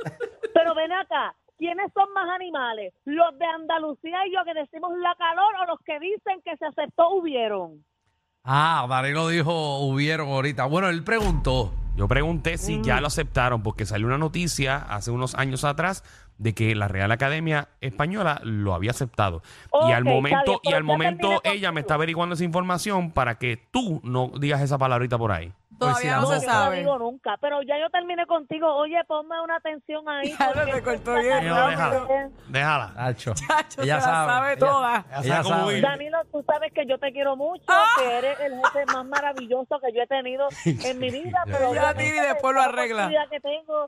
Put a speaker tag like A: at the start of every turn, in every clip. A: Pero ven acá, ¿quiénes son más animales? ¿Los de Andalucía y yo que decimos la calor o los que dicen que se aceptó hubieron?
B: Ah, Danilo dijo hubieron ahorita. Bueno, él preguntó.
C: Yo pregunté si
A: Mm.
C: ya lo aceptaron porque salió una noticia hace unos años atrás de que la Real Academia Española lo había aceptado. y al
A: Ok, está bien,
C: momento, y
A: pero
C: al
A: ya terminé
C: momento
A: contigo.
C: ella me está averiguando esa información para que tú no digas esa palabrita por ahí.
D: Todavía no
B: vamos.
D: se
A: Yo no lo
D: sabe.
A: digo nunca, pero ya yo terminé contigo. Oye, ponme una atención ahí.
D: Ya lo
A: porque esto
D: recortó
A: está
D: bien
C: No,
A: cañón,
C: déjalo.
A: ¿eh?
C: Déjala.
B: Tacho.
D: Chacho,
B: Ella
D: se la
B: sabe,
D: sabe
B: ella-
D: toda.
C: Ella
B: Ella
C: sabe cómo
B: sabe.
C: vivir.
A: Danilo, tú sabes que yo te quiero mucho, que eres el jefe más maravilloso que yo he tenido en mi vida. Pero
D: Ya,
A: obviamente,
D: Tini, después lo
A: esta
D: arregla.
A: oportunidad que tengo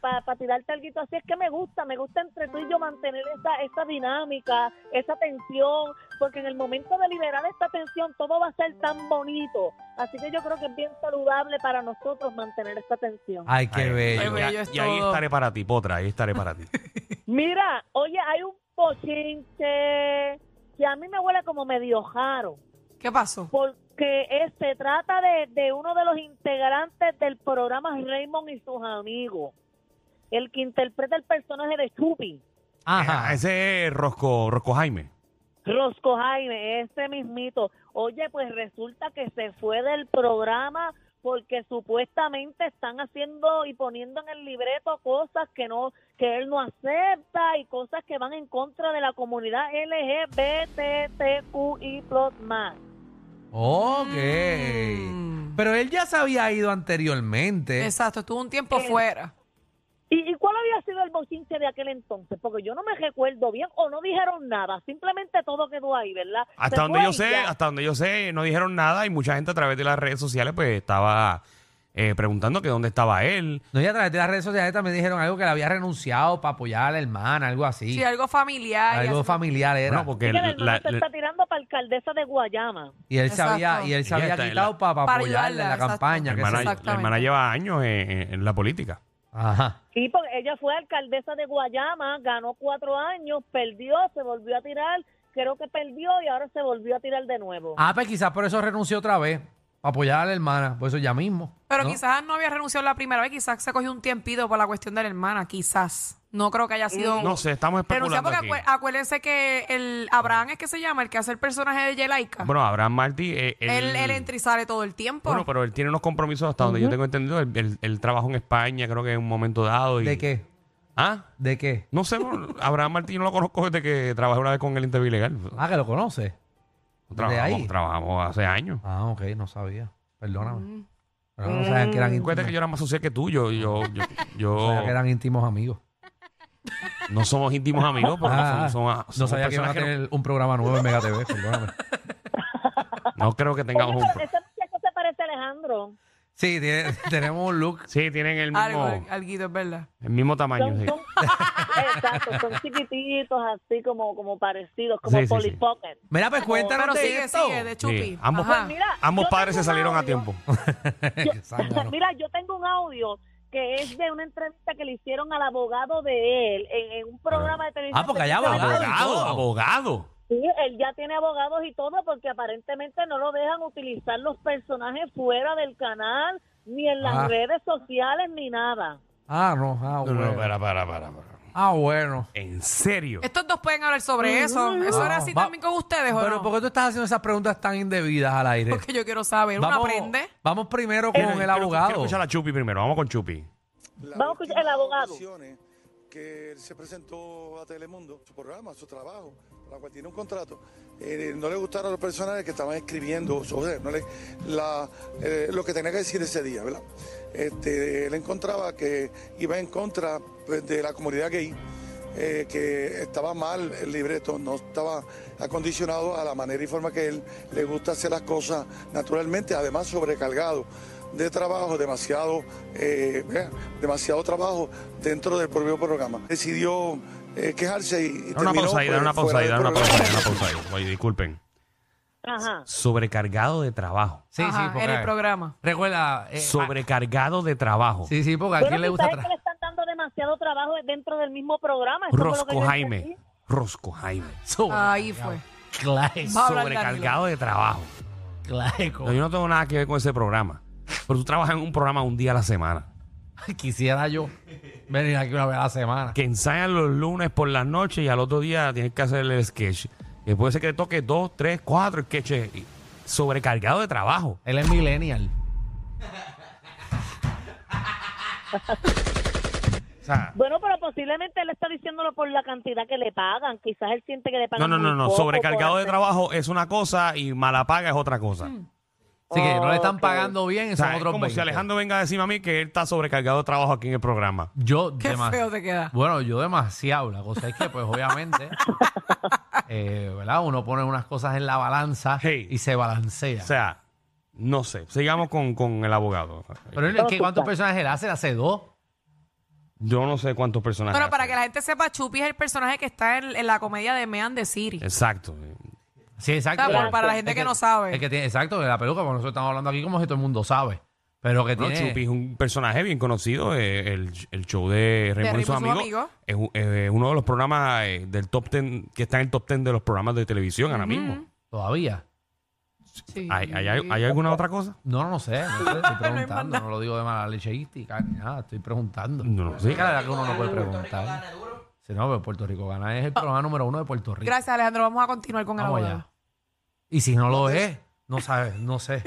A: para tirarte algo así es que me gusta, me gusta entre tú y yo mantener esa, esa dinámica, esa tensión, porque en el momento de liberar esta tensión todo va a ser tan bonito. Así que yo creo que es bien saludable para nosotros mantener esta tensión.
B: Ay, qué
C: Ay,
B: bello.
C: y-
D: bello es
C: y ahí
D: todo.
C: estaré para ti, potra, ahí estaré para ti. Eh,
A: Mira, oye, hay un pochinche que a mí me huele como medio jaro.
D: ¿Qué pasó?
A: porque es- se trata de, de uno de los integrantes del programa Raymond y sus amigos, el que interpreta el personaje de Chupi,
C: Ajá. Ese es Rosco, Rosco Jaime.
A: Rosco Jaime, ese mismito. Oye, pues resulta que se fue del programa porque supuestamente están haciendo y poniendo en el libreto cosas que no que él no acepta y cosas que van en contra de la comunidad LGBTQI+. más.
B: Ok.
D: Mm.
B: Pero él ya se había ido anteriormente.
D: Exacto, estuvo un tiempo fuera.
A: ¿Y, y cuál había sido el bochinche de aquel entonces? Porque yo no me recuerdo bien o no dijeron nada, simplemente todo quedó ahí, ¿verdad?
C: Hasta
A: Se
C: donde
A: fue
C: yo
A: y
C: sé,
A: ya.
C: hasta donde yo sé, no dijeron nada y mucha gente a través de las redes sociales pues estaba eh, preguntando que dónde estaba él.
B: No, y a través de las redes sociales también dijeron algo que le había renunciado para apoyar a la hermana, algo así.
D: Sí, algo familiar. y
B: algo
D: así.
B: familiar era.
C: Bueno, porque
A: Así que la hermana
C: la-
A: se está tirando para alcaldesa de Guayama.
B: y él se
D: Exacto.
B: había, y él se
C: Ella
B: había
C: está en
B: quitado
C: la-
B: para,
D: Para
B: apoyarle en
D: ayudarla,
B: la
D: exacto.
C: la
B: campaña. que
C: hermana,
B: se-
C: la
D: exactamente.
C: hermana lleva años en, en la política.
B: Ajá.
A: Sí, porque ella fue alcaldesa de Guayama, ganó cuatro años, perdió, se volvió a tirar, creo que perdió y ahora se volvió a tirar de nuevo.
B: Ah, pues quizás por eso renunció otra vez. Para apoyar a la hermana. Por eso ya mismo.
D: Pero
B: ¿no?
D: quizás no había renunciado la primera vez, quizás se cogió un tiempito por la cuestión de la hermana, quizás. No creo que haya sido...
C: No sé, estamos
D: Renunciar
C: especulando
D: porque
C: aquí.
D: acué- acuérdense que el Abraham es que se llama, el que hace el personaje de Yelaika.
C: Bueno, Abraham Martí, eh,
D: él, él entra y sale todo el tiempo.
C: Bueno, pero él tiene unos compromisos hasta donde yo tengo entendido. Él, él- él trabajó en España, creo que en un momento dado. Y,
B: ¿De qué?
C: Ah,
B: ¿De qué?
C: no sé, Abraham Martí no lo conozco desde que trabajé una vez con él en TV Ilegal.
B: Ah, que lo conoce. ¿De
C: Trabajamos,
B: ahí?
C: trabajamos hace años.
B: Ah, ok, no sabía. Perdóname.
D: Mm.
B: Pero no sabían que eran
C: Cuenta
B: íntimos.
C: que yo era más social que tú. Yo, yo, yo,
B: No
C: yo-
B: sabía que eran íntimos amigos.
C: no somos íntimos amigos, pero
B: Ah,
C: somos, somos-
B: no
C: somos
B: sabía que iban
C: personas
B: a
C: que no-
B: tener un programa nuevo en Mega TV, perdóname.
C: no creo que
A: Oye,
C: tengamos un.
A: pero ese muchacho se parece a Alejandro.
B: Sí, tiene- tenemos un look.
C: Sí, tienen el
D: algo,
C: mismo,
D: alguito, es verdad.
C: el mismo tamaño.
A: Son,
C: sí.
A: son- exacto, son chiquititos, así como, como parecidos, como
C: Sí, sí, sí.
A: Polly Pocket.
B: Mira, pues cuéntanos
D: Pero
B: de
D: sigue,
B: esto.
D: sigue, de Chupi.
C: Sí, ambos,
D: Ajá.
A: Pues Mira,
C: Ah. ambos
A: yo
C: padres se
A: tengo un
C: salieron a
A: audio.
C: tiempo.
A: Yo-
B: Zángano.
A: mira, yo tengo un audio que es de una entrevista que le hicieron al abogado de él en, en un programa de televisión.
B: Ah, porque allá
A: precisamente-
B: abogado. todo.
C: abogado.
A: Sí, él ya tiene abogados y todo porque aparentemente no lo dejan utilizar los personajes fuera del canal, ni en las
B: Ah.
A: redes sociales, ni nada.
B: Ah, no, ah,
C: No,
B: bueno.
C: no, para, para, para, para.
B: Ah, bueno.
C: En serio.
D: Estos dos pueden hablar sobre eso. ¿Eso era
B: Ah,
D: así
B: va-
D: también con ustedes o
B: Pero
D: no?
B: ¿por qué tú estás haciendo esas preguntas tan indebidas al aire?
D: Porque yo quiero saber. Uno aprende.
B: vamos primero
C: Quiero-
B: con el
C: quiero- Quiero
B: abogado.
C: escuchar a Chupi primero. Vamos con Chupi.
E: Las
A: Vamos a escuchar al
E: últimas
A: abogado.
E: ocasiones que él se presentó a Telemundo, su programa, su trabajo, para la cual tiene un contrato. eh, no le gustaron los personajes que estaban escribiendo, o sea, no le- la- eh, lo que tenía que decir ese día, ¿verdad? Este, él encontraba que iba en contra pues, de la comunidad gay, eh, que estaba mal el libreto, no estaba acondicionado a la manera y forma que él le gusta hacer las cosas naturalmente, además sobrecargado de trabajo, demasiado, eh, vea, demasiado trabajo dentro del propio programa. Decidió eh, quejarse y, y
C: Dar una
E: terminó,
C: pausa ahí,
E: pues,
C: dar una pausa
E: fuera
C: ahí,
E: del
C: dar una pausa
E: programa.
C: ahí, dar una pausa ahí. Oye, disculpen.
A: Ajá.
C: Sobrecargado de trabajo.
B: Sí,
D: Ajá,
B: sí, porque-
D: en el programa.
B: Recuerda. eh,
C: Sobrecargado de trabajo.
B: ah, sí, sí, porque a
A: Bueno,
B: quién le
A: tú
B: gusta
A: sabes que
B: tra-
A: le están dando demasiado trabajo dentro del mismo programa. eso fue lo que
C: Rosco
A: yo
C: Jaime.
A: entendí.
C: Rosco Jaime.
B: Sobre-
D: Ahí fue.
B: Claro,
D: Va a hablar
C: Sobrecargado de trabajo. No,
B: claro.
C: yo no tengo nada que ver con ese programa. Pero tú trabajas en un programa un día a la semana.
B: Quisiera yo venir aquí una vez a la semana.
C: Que ensayan los lunes por la noche y al otro día tienes que hacer el sketch. Y puede ser que te toque dos, tres, cuatro sketches. Y- Sobrecargado de trabajo.
B: Él es millennial.
C: O sea,
A: Bueno, pero posiblemente él está diciéndolo por la cantidad que le pagan. Quizás él siente que le pagan.
C: no, no, no,
A: muy
C: no.
A: poco por
C: Sobrecargado de
A: hacer-
C: trabajo es una cosa y mala paga es otra cosa.
B: Así que no le están
A: Ok.
B: pagando bien,
C: O
B: son
C: sea, es
B: otros
C: como si
B: 20.
C: Alejandro venga a decirme a mí que él está sobrecargado de trabajo aquí en el programa.
B: Yo
D: Qué
B: dema-
D: feo te queda.
B: Bueno, yo demasiado. La cosa es que, pues, obviamente, eh, ¿verdad? Uno pone unas cosas en la balanza
C: Hey.
B: y se balancea.
C: O sea, no sé. Sigamos con, con el abogado.
B: Pero él, ¿qué, ¿cuántos personajes él hace? Él hace dos.
C: Yo no sé cuántos personajes.
D: Bueno, para
C: hace.
D: que la gente sepa, Chupi es el personaje que está en, en la comedia de Man the City.
C: Exacto.
B: Sí, exacto.
D: Está, por- para la
B: El
D: gente que no sabe.
B: el que tiene, exacto, de la peluca, porque nosotros estamos hablando aquí como si todo el mundo sabe. Pero que
C: Bueno,
B: tiene.
C: Chupi es un personaje bien conocido. eh, el, el show de Raymond
D: Raymond
C: y sus
D: y sus
C: amigos.
D: amigos.
C: Es, u- es uno de los programas eh, del top ten, que está en el top ten de los programas de televisión ahora mismo.
B: Todavía.
D: Sí.
C: ¿Hay, hay, hay- hay alguna otra cosa?
B: No, no sé. No sé, estoy preguntando.
D: nada.
B: no lo digo de mala lecheística ni nada. Estoy preguntando.
C: No, no sé.
B: Es que la verdad que uno no puede preguntar. Si no, pero Puerto Rico gana es el programa número uno de Puerto Rico.
D: Ah. Gracias, Alejandro. Vamos a continuar con el
B: Vamos
D: abogado.
B: allá. Y si no lo es, no sabes, no sé.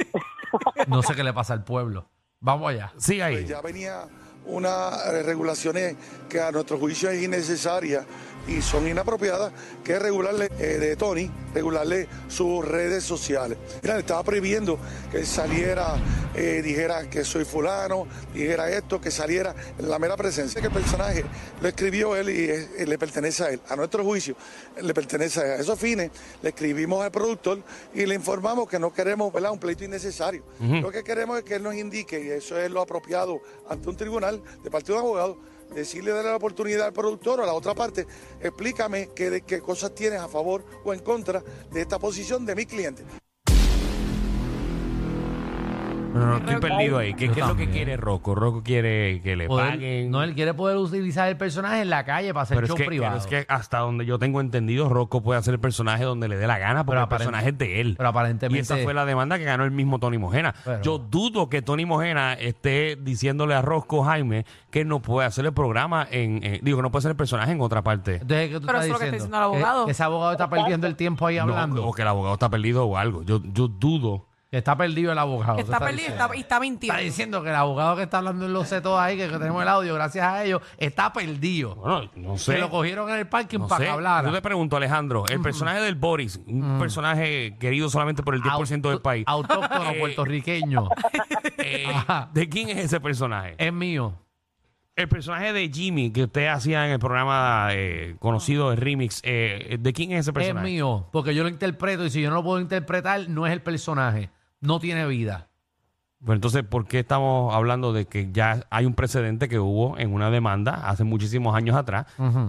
B: No sé qué le pasa al pueblo. Vamos allá.
C: Sí,
E: Pues
C: ahí.
E: ya venía unas eh, regulaciones que a nuestro juicio es innecesaria y son inapropiadas, que es regularle eh, de Tony, regularle sus redes sociales. Mira, le estaba prohibiendo que él saliera, eh, dijera que soy fulano, dijera esto, que saliera en la mera presencia que el personaje lo escribió él y es- eh, le pertenece a él. A nuestro juicio eh, le pertenece a él. A esos fines le escribimos al productor y le informamos que no queremos ¿verdad? un pleito innecesario. Lo que queremos es que él nos indique, y eso es lo apropiado ante un tribunal de parte de un abogado, decirle darle la oportunidad al productor o a la otra parte, explícame qué, de- qué cosas tienes a favor o en contra de esta posición de mi cliente.
C: No, no, estoy perdido ahí. ¿Qué,
B: Yo
C: qué es lo que
B: también.
C: quiere Rocco? Rocco quiere que le
B: Poder-
C: paguen.
B: no, él quiere poder utilizar el personaje en la calle para hacer
C: pero es,
B: show
C: que,
B: privado.
C: pero es que hasta donde yo tengo entendido, Rocco puede hacer el personaje donde le dé la gana, porque
B: Pero
C: el personaje es
B: aparente-
C: de él.
B: pero aparentemente-
C: Y esa fue la demanda que ganó el mismo Tony Mojena.
B: Pero-
C: yo dudo que Tony Mojena esté diciéndole a Rocco Jaime que no puede hacer el programa en, en- digo, que no puede hacer el personaje en otra parte.
B: Entonces, ¿qué tú
D: Pero
B: estás
D: eso es lo que
B: diciendo?
D: está diciendo el abogado.
B: Que, que ese abogado está perdiendo el tiempo ahí
C: No,
B: hablando.
C: o que el abogado está perdido o algo. Yo, yo dudo.
B: Que está perdido el abogado.
D: Está perdido y
B: diciendo.
D: está- y está mintiendo.
B: Está diciendo que el abogado que está hablando en los setos ahí, que, que tenemos el audio, gracias a ellos, está perdido.
C: Bueno, no
B: Se
C: sé.
B: lo cogieron en el parking
C: No
B: para
C: sé.
B: que hablara. Mm.
C: Yo te pregunto, Alejandro, el personaje del Boris, un personaje querido solamente por el 10% del
B: Auto-
C: país.
B: Autóctono
C: Eh,
B: puertorriqueño.
C: eh,
B: Ajá.
C: ¿De quién es ese personaje?
B: es mío.
C: El personaje de Jimmy que usted hacía en el programa eh, conocido de Remix, eh, ¿de quién es ese personaje?
B: Es mío. Porque yo lo interpreto y si yo no lo puedo interpretar, no es el personaje. No tiene vida.
C: Pero Pues entonces, ¿por qué estamos hablando de que ya hay un precedente que hubo en una demanda hace muchísimos años atrás,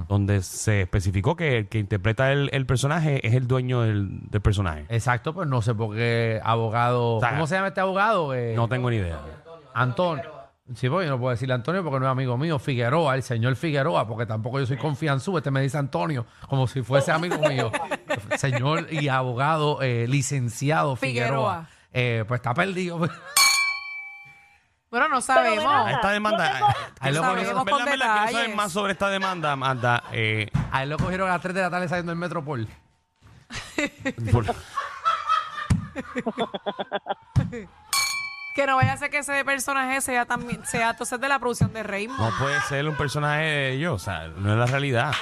C: donde se especificó que el que interpreta el, el personaje es el dueño del, del personaje?
B: Exacto, pues no sé por qué abogado.
C: O sea,
B: ¿Cómo se llama este abogado? Eh,
C: No tengo ni idea.
B: Antonio. Sí, porque yo no puedo decirle Antonio porque no es amigo mío. Figueroa, el señor Figueroa, porque tampoco yo soy confianzudo. Este me dice Antonio como si fuese amigo mío. señor y abogado eh, licenciado Figueroa.
D: Figueroa.
B: Eh, pues está perdido.
D: Bueno, no
C: A
D: sabemos.
C: esta demanda. eh,
B: Ahí lo
C: Quiero
B: cogieron-
C: saber- verdad,
D: con
C: verdad, quiero saber
D: detalles.
C: más sobre esta demanda, Amanda. eh,
B: A él lo cogieron a las 3 de la tarde saliendo del Metropol.
C: por-
D: Que no vaya a ser que ese personaje sea también sea entonces de la producción de Raymond.
C: no puede ser un personaje de ellos, o sea, no es la realidad.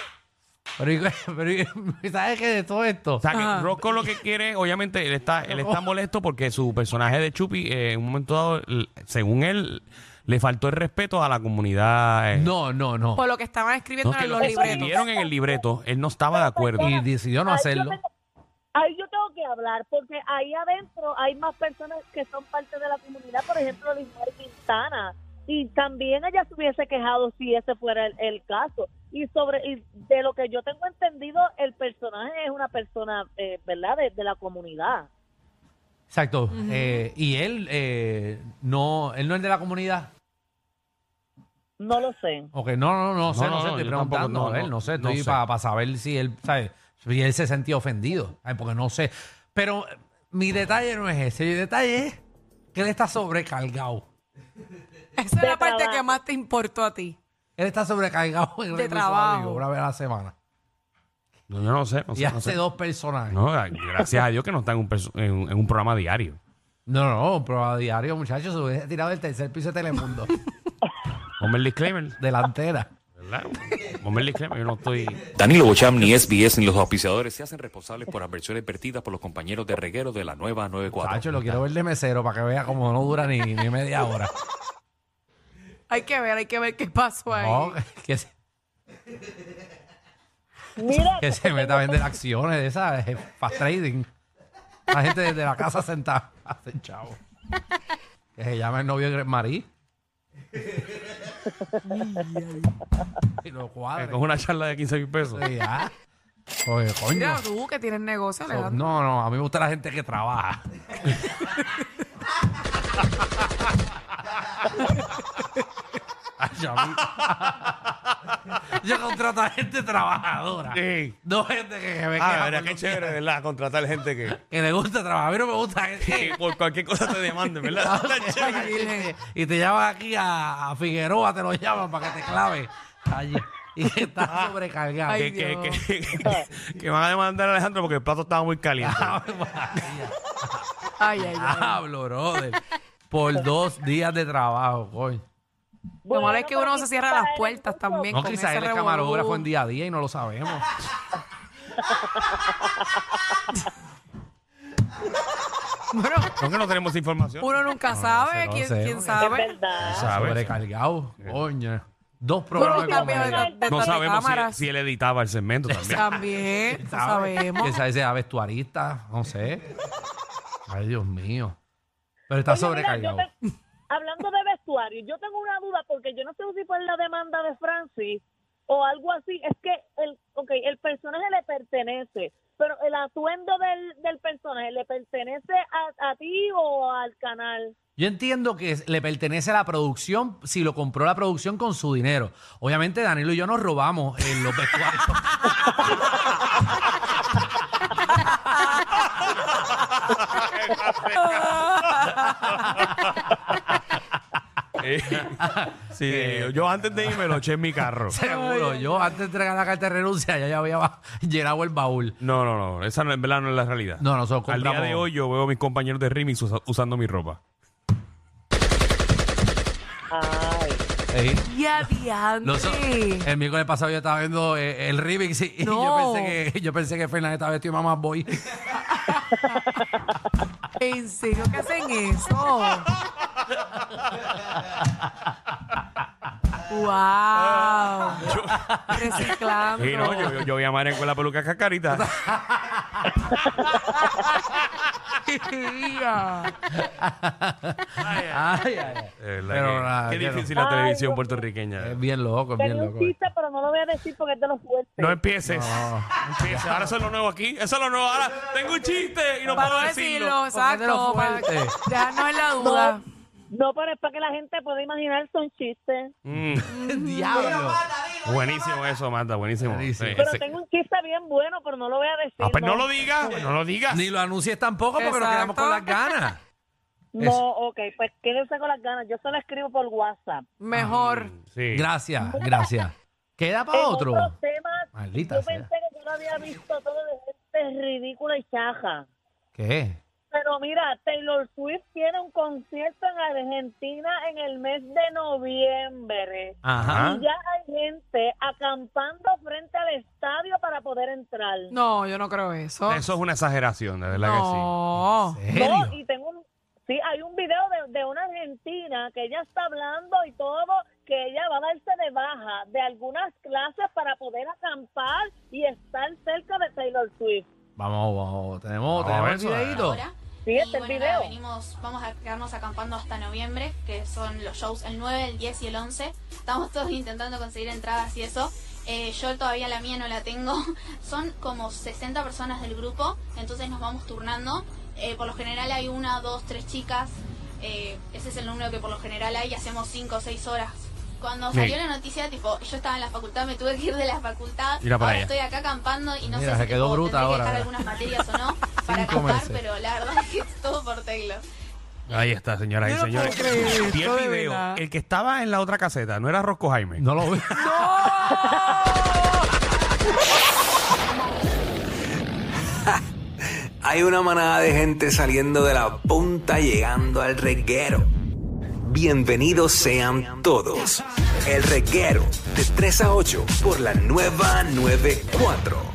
B: Pero, y- pero y- ¿sabes qué de todo esto?
C: O sea, que Rocco lo que quiere, obviamente, él está, él está molesto porque su personaje de Chupi, eh, en un momento dado, l- según él, le faltó el respeto a la comunidad. eh.
B: No, no, no.
D: Por lo que estaban
C: No,
D: escribiendo
C: que
D: en
C: lo
D: los
C: que
D: libretos.
C: escribieron en el libreto, él no estaba de acuerdo.
B: Y decidió no
A: Ahí yo
B: hacerlo.
A: tengo- Ahí yo tengo que hablar, porque ahí adentro hay más personas que son parte de la comunidad, por ejemplo, Lismar Quintana, y también ella se hubiese quejado si ese fuera el, el caso. Y sobre y de lo que yo tengo entendido, el personaje es una persona, eh, ¿verdad?, de, de la comunidad.
B: Exacto. Eh, y él eh, no, él no es de la comunidad.
A: No lo sé.
B: Ok, no, no, no, no sé,
C: No,
B: no,
C: no, no,
B: sé, estoy
C: yo tampoco,
B: preguntando
C: no,
B: a él,
C: no,
B: no sé,
C: no
B: estoy
C: sé.
B: para saber si él, ¿sabes? Si él se sentía ofendido, ¿sabes? porque no sé. Pero eh, mi detalle no es ese, mi detalle es que él está sobrecargado.
D: Esa es
A: De
D: la parte
A: trabajo.
D: que más te importó a ti.
B: Él está sobrecargado en Recursos
D: trabajo.
B: Humanos una vez a la semana.
C: No, yo no sé, no
B: y
C: sé.
B: hace
C: No, sé.
B: dos personajes. No,
C: No, gracias a Dios que no está en un, perso- en un- en un programa diario.
B: no, no, un programa diario, muchachos, se hubiese tirado del tercer piso de Telemundo,
C: Ponme el disclaimer.
B: delantera.
C: Claro. Ponme el disclaimer, yo no estoy. eh,
F: Danilo Bocham, ni SBS, ni los auspiciadores se hacen responsables por adversiones vertidas por los compañeros de reguero de la nueva 94.
B: Sacho, lo quiero ver de mesero para que vea como no dura ni, ni media hora.
D: Hay que ver, hay que ver qué pasó ahí.
B: No, que se,
A: Mira,
B: que se meta a vender acciones de esas, eh, fast trading. La gente desde la casa sentada. Hacen chavo. Que se llama el novio de Gret Marí. y lo
C: eh,
B: cuadra.
C: Con una charla de 15 mil pesos.
B: Sí, ah. Oye, Pues, coño.
D: Mira tú que tienes negocio,
B: So-
D: Alejandro.
B: No, no, a mí me gusta la gente que trabaja. Ay, yo, a mí- yo contrato a gente trabajadora.
C: Sí.
B: No gente que, que me queja
C: Ah, verdad,
B: por
C: qué
B: lo
C: chévere, ¿verdad? Contratar gente que,
B: que le gusta trabajar. A mí no me gusta
C: que
B: gente.
C: por cualquier cosa te demanden, ¿verdad? Está chévere.
B: y te llaman aquí a, a Figueroa, te lo llaman para que te clave. Allí. Y que estás
C: Ah.
B: sobrecargado.
C: que,
D: Ay,
C: que,
D: Dios.
C: que, que- que van a demandar a Alejandro porque el plato estaba muy caliente.
D: Ay, ay, ay.
B: Hablo, brother. Por dos días de trabajo, coño.
D: Lo malo es que uno
A: pero
D: se
A: pues, quizá
D: cierra las
A: él
D: puertas
A: encontró-
D: también.
B: No,
D: con
B: quizás
D: ese
B: él es
D: revolú.
B: camarógrafo en día a día y no lo sabemos.
D: Bueno,
C: No que no tenemos información.
D: uno nunca
B: sé,
D: sabe,
B: no
D: ¿quién,
B: sé.
D: quién
A: Es
D: sabe?
A: verdad.
C: ¿Sabes?
B: Sobrecargado, coño. Dos
D: Uno
B: programas de
D: nunca
B: comedia.
D: ve de- detrás
C: No
D: de
C: sabemos si,
D: cámaras.
C: si él editaba el segmento también.
D: También, no
B: ¿Sabe?
D: sabemos.
B: Quizás sea vestuarista, no sé. Ay, Dios mío. Pero está
A: Oye, mira, yo
B: sobrecargado.
A: te- hablando de vestuario, yo tengo una duda porque yo no sé si fue la demanda de Francis o algo así. Es que el, okay, el personaje le pertenece, pero el atuendo del, del personaje le pertenece a, a ti o al canal.
B: Yo entiendo que es- le pertenece a la producción si lo compró la producción con su dinero. Obviamente, Danilo y yo nos robamos en los vestuarios.
C: Eh, Sí,
B: Eh,
C: yo antes de irme lo eché en mi carro.
B: Seguro. Yo antes de entregar la carta de renuncia, ya, ya había ba- llenado el baúl.
C: No, no, no. Esa no, en verdad no es la realidad.
B: No, nosotros
C: Al día
B: compramos-
C: de hoy yo veo a mis compañeros de Remix usa- usando mi ropa.
A: Ay,
B: Sí.
D: Y adiante.
B: Los- el miércoles pasado yo estaba viendo eh, el remix y, y yo
D: No.
B: pensé que yo pensé que Fernández estaba vestido de mamá boy.
D: ¿En serio que hacen eso? ¡Wow! Reciclando.
C: Sí, no, yo, yo, yo voy a Maren con la peluca cascarita.
D: Tía.
B: Ay, ay, ay.
C: De verdad
B: Pero
C: Eh, que-
B: nada,
C: qué
B: yo no-
C: difícil la
A: Ay,
C: televisión
A: Dios
C: puertorriqueña.
B: Es bien loco, es bien
A: tenía
B: loco.
A: un chiste, pero no lo voy a decir porque es de los fuertes.
C: No empieces. No empieces. Ahora eso es lo nuevo aquí. Eso es lo nuevo. Ahora tengo un chiste y no
D: Para
C: puedo
D: no
C: decirlo.
D: decirlo,
B: Porque es de lo
D: exacto. para-
B: fuerte.
D: Dejarnos en la duda.
A: No, pero es para que la gente pueda imaginar son chistes.
C: Mm,
B: Diablo.
C: buenísimo eso, Manda. Buenísimo.
B: Buenísimo.
C: Sí,
A: Pero
C: ese-
A: tengo un chiste bien bueno, pero no lo voy a decir.
C: Ah, pues no lo digas. pues No lo digas.
B: Ni lo anuncies tampoco porque nos quedamos
D: Exacto.
B: con las ganas.
A: No, ok, pues quédense con las ganas. Yo se lo escribo por WhatsApp.
D: Mejor.
C: Sí.
B: Gracias, gracias. Queda para
A: En
B: Ah, otro.
A: otros temas,
B: Maldita
A: yo
B: sea.
A: pensé que yo lo había visto todo de gente ridícula y chaja.
B: ¿Qué?
A: Pero mira, Taylor Swift tiene un concierto en Argentina en el mes de noviembre.
B: Ajá.
A: Y ya hay gente acampando frente al estadio para poder entrar.
D: No, yo no creo eso.
C: Eso es una exageración, de verdad
D: no.
B: ¿En
A: No,
B: serio?
A: y tengo un, sí, hay un video de, de una argentina que ella está hablando y todo, que ella va a darse de baja de algunas clases para poder acampar y estar cerca de Taylor Swift.
B: Vamos, vamos. Tenemos,
C: No,
B: tenemos
C: eso
B: el
C: es-
B: videito.
A: Sí, este el video.
G: venimos, vamos a quedarnos acampando hasta noviembre, que son los shows el 9, el 10 y el 11. Estamos todos intentando conseguir entradas y eso. Eh, yo todavía la mía no la tengo. Son como 60 personas del grupo, entonces nos vamos turnando. Eh, por lo general hay una, dos, tres chicas. Eh, ese es el número que por lo general hay. Hacemos 5 o 6 horas. Cuando
C: Sí.
G: salió la noticia, tipo, yo estaba en la facultad, me tuve que ir de la facultad.
C: Mira para
G: ahora
C: allá.
G: estoy acá acampando y no
B: Mira,
G: sé
B: se
G: si
B: quedó
G: tipo,
B: bruta
G: tendré
B: ahora,
G: que dejar
B: ¿verdad?
G: algunas materias o no para
B: Cinco
G: acampar,
B: meses.
G: pero la verdad es que es todo por Taylor.
C: que sí. Ahí está, señoras y
D: Yo no puedo
C: señores.
D: creer
C: Vi
D: esto,
C: el
D: de
C: video.
D: verdad.
C: El que estaba en la otra caseta, no era Rosco Jaime.
B: No lo veo.
H: Hay una manada de gente saliendo de la punta llegando al reguero. Bienvenidos sean todos. El reguero de 3 a 8 por la nueva 94.